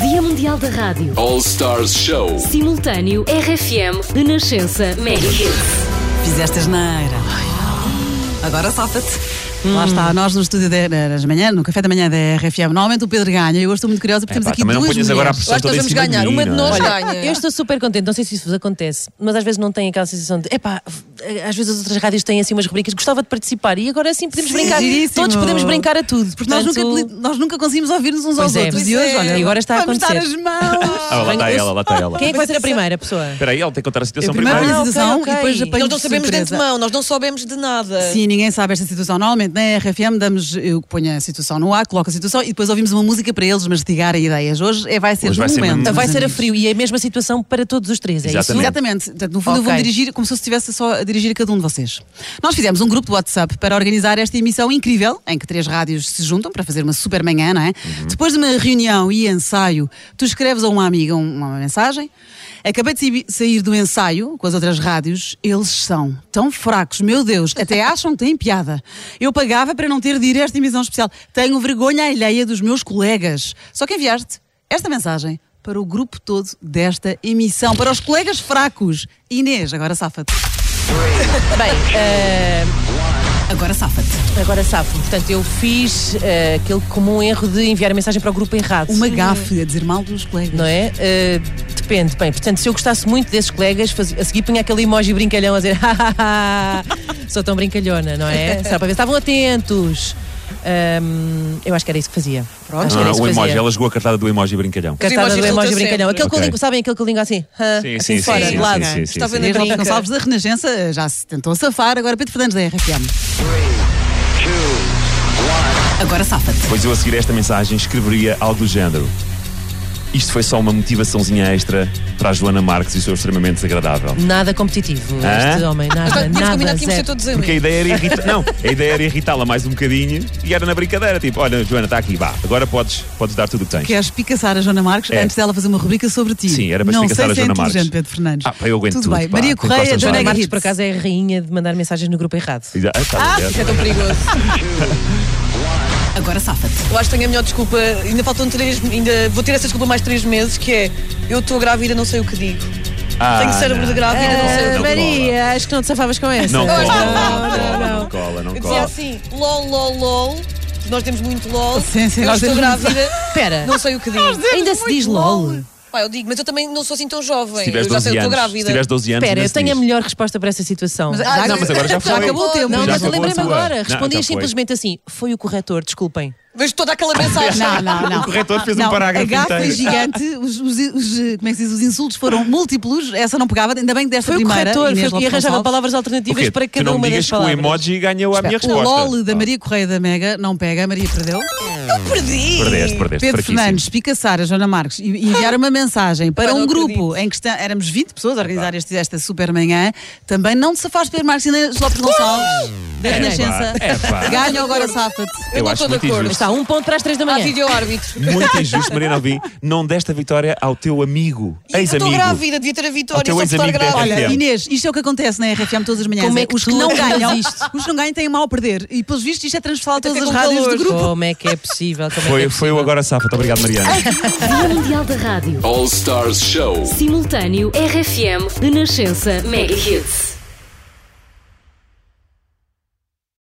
Dia Mundial da Rádio. All Stars Show. Simultâneo RFM Renascença Mega Hits. Fizeste asneira. Agora safa-te. Lá Hum. está, nós no estúdio da- das manhã, no café da manhã da RFM. Normalmente o Pedro ganha, eu hoje estou muito curiosa porque temos É Pá, aqui também não duas ponhas agora a mulheres. pressão acho que toda em nós vamos cima de ganhar. mim, Uma de não é? nós Olha, ganha. Eu estou super contente, não sei se isso vos acontece, mas às vezes não tem aquela sensação de epá, às vezes as outras rádios têm assim umas rubricas, gostava de participar e agora assim podemos Sim, brincar, giríssimo. todos podemos brincar a tudo. Porque nós, Portanto, nunca, nós nunca conseguimos ouvir-nos uns aos Pois é, outros. pois E hoje, é. olha, E agora está a vamos dar as acontecer. mãos. Ah, lá está ela, lá está ela. Quem é que vai ser a primeira pessoa? Espera aí, ela tem que contar a Eu situação primeiro primeiro. ponho a situação ok, ok. e depois apanho Nós não de sabemos de surpresa. antemão, nós não sabemos de nada. Sim, ninguém sabe esta situação. Normalmente na RFM damos, eu ponho a situação no ar, coloco a situação e depois ouvimos uma música para eles mastigar a ideias. Hoje é, vai ser Hoje no vai ser momento. mesmo- Vai meus ser a amigos. frio e é a mesma situação para todos os três, é isso? Exatamente. Exatamente. Portanto, no fundo, eu vou Ok. dirigir como se eu estivesse só a dirigir a cada um de vocês. Nós fizemos um grupo de WhatsApp para organizar esta emissão incrível, em que três rádios se juntam para fazer uma super manhã, não é? Depois de uma reunião e ensaio, tu escreves a uma amiga um- uma mensagem. Acabei de sair- sair do ensaio com as outras rádios, eles são tão fracos, meu Deus, até acham que têm piada. Eu pagava para não ter de ir a esta emissão especial. Tenho vergonha alheia dos meus colegas. Só que enviaste esta mensagem para o grupo todo desta emissão, para os colegas fracos. Inês, agora safa-te. Bem, eh, Agora safa-te. agora sabe, portanto, eu fiz eh, aquele comum erro de enviar a mensagem para o grupo errado. Uma gafe a dizer mal dos colegas. não é? Eh, depende, bem, portanto, se eu gostasse muito desses colegas, faz- a seguir punha aquele emoji brincalhão a dizer "Ah, sou tão brincalhona, não é? Só para ver, se estavam atentos. Ahm, eu acho que era isso que fazia. Pronto, acho que Não, era não, isso Ah, o que emoji, fazia. ela jogou a cartada do emoji brincalhão. Cartada Os emojis do emoji resultam brincalhão. sempre. Aquele que eu Ok. ligo- sabem aquele que eu ligo assim? Ah, Sim, assim sim, sim, fora, sim, de lado. sim, sim, sim, Estava sim. na- Inês Rita brinca. Gonçalves da Renascença já se tentou safar, agora Pedro Fernandes da RFM. Agora safa-te. Pois eu a seguir esta mensagem escreveria algo do género. Isto foi só uma motivaçãozinha extra para a Joana Marques e o seu extremamente desagradável. Nada competitivo, Hã? este homem, Nós nada, tínhamos nada. combinado que íamos ser zero. todos Porque a amigos. ideia era irrita- não, a ideia era irritá-la mais um bocadinho e era na brincadeira, tipo, olha, Joana, está aqui, vá, agora podes, podes dar tudo o que tens. Queres picaçar a Joana Marques É. antes dela fazer uma rubrica sobre ti? Sim, era para Não espicaçar sei a se é Joana inteligente, Marques. Pedro Fernandes. Ah, pá, eu aguento tudo. tudo, bem. pá, Maria com Correia, costas Joana largas. Marcos, Marques, por acaso, é a rainha de mandar mensagens no grupo errado. Ah, está a ver. Isso é tão perigoso. Agora safa-te. Eu acho que tenho a melhor desculpa. Ainda faltam três. Ainda vou ter essa desculpa mais três meses, que é eu estou grávida, não sei o que digo. Ah, tenho cérebro não. de grávida, não sei o Ah, que cola. é Eh, Maria, acho que não te safavas com essa. Não cola, não não, cola, não. não cola, não Eu dizia cola. assim, lol, lol, lol. Nós temos muito lol. Sim, sim, eu nós estou temos muito- grávida, Espera, não sei o que digo. ainda se diz LOL. Pá, eu digo, mas eu também não sou assim tão jovem. Se tiveres eu já 12 sei, eu estou anos, se grávida. tiveres 12 anos, Espera, ainda eu se tenho a diz. melhor resposta para essa situação. Ah, Não, mas agora já foi. acabou o tempo. Não, Já mas eu acabou a lembrei-me sua. agora. Não, já Respondi foi. simplesmente assim. Foi o corretor, desculpem. Vejo toda aquela mensagem. Não, não, não. O corretor fez um Não, parágrafo A gafa inteiro. é gigante, os, os- os- como é que se diz, os insultos foram múltiplos, essa não pegava, ainda bem que desta Foi o primeira. corretor. Inês Foi, e Lopes arranjava Gonçalves. palavras O alternativas quê? para tu cada não me uma digas das que o palavras. emoji ganhou a minha O resposta. LOL da Ah, Maria Correia da Mega não pega, a Maria perdeu. Perdi. Oh, Perdeste, perdeste. Pedro fraquíssimo. Fernandes, Pica Sara, Joana Marques e e enviar uma mensagem para Pá, não um grupo acredito. em que está- éramos 20 pessoas a organizar este, esta super manhã. Também não te safaste, Pedro Marques e Inês Lopes Gonçalves. Da Renascença. É pá, é pá. Ganha agora safa-te. Eu Eu não acho estou de muito acordo. Ah, injusto. Está um ponto para as três da Há manhã. vídeo-árbitro. Muito injusto, Maria Alvim, não deste a vitória ao teu amigo, Eu ex-amigo. estou grávida, devia ter a Ao vitória, teu só por estar ex-amigo da grávida. RFM. Olha, Inês, isto é o que acontece na RFM todas as manhãs. Como é que os que tu não ganham, fazes isto? os que não ganham têm mal a perder. E pelos vistos isto é transversal a todas Até as com rádios do calor. grupo. Como é que é possível? Como é que é Foi, foi o possível? agora safa. Muito obrigado, Mariana. Dia Mundial da Rádio. All Stars Show. Simultâneo RFM Renascença Mega Hits.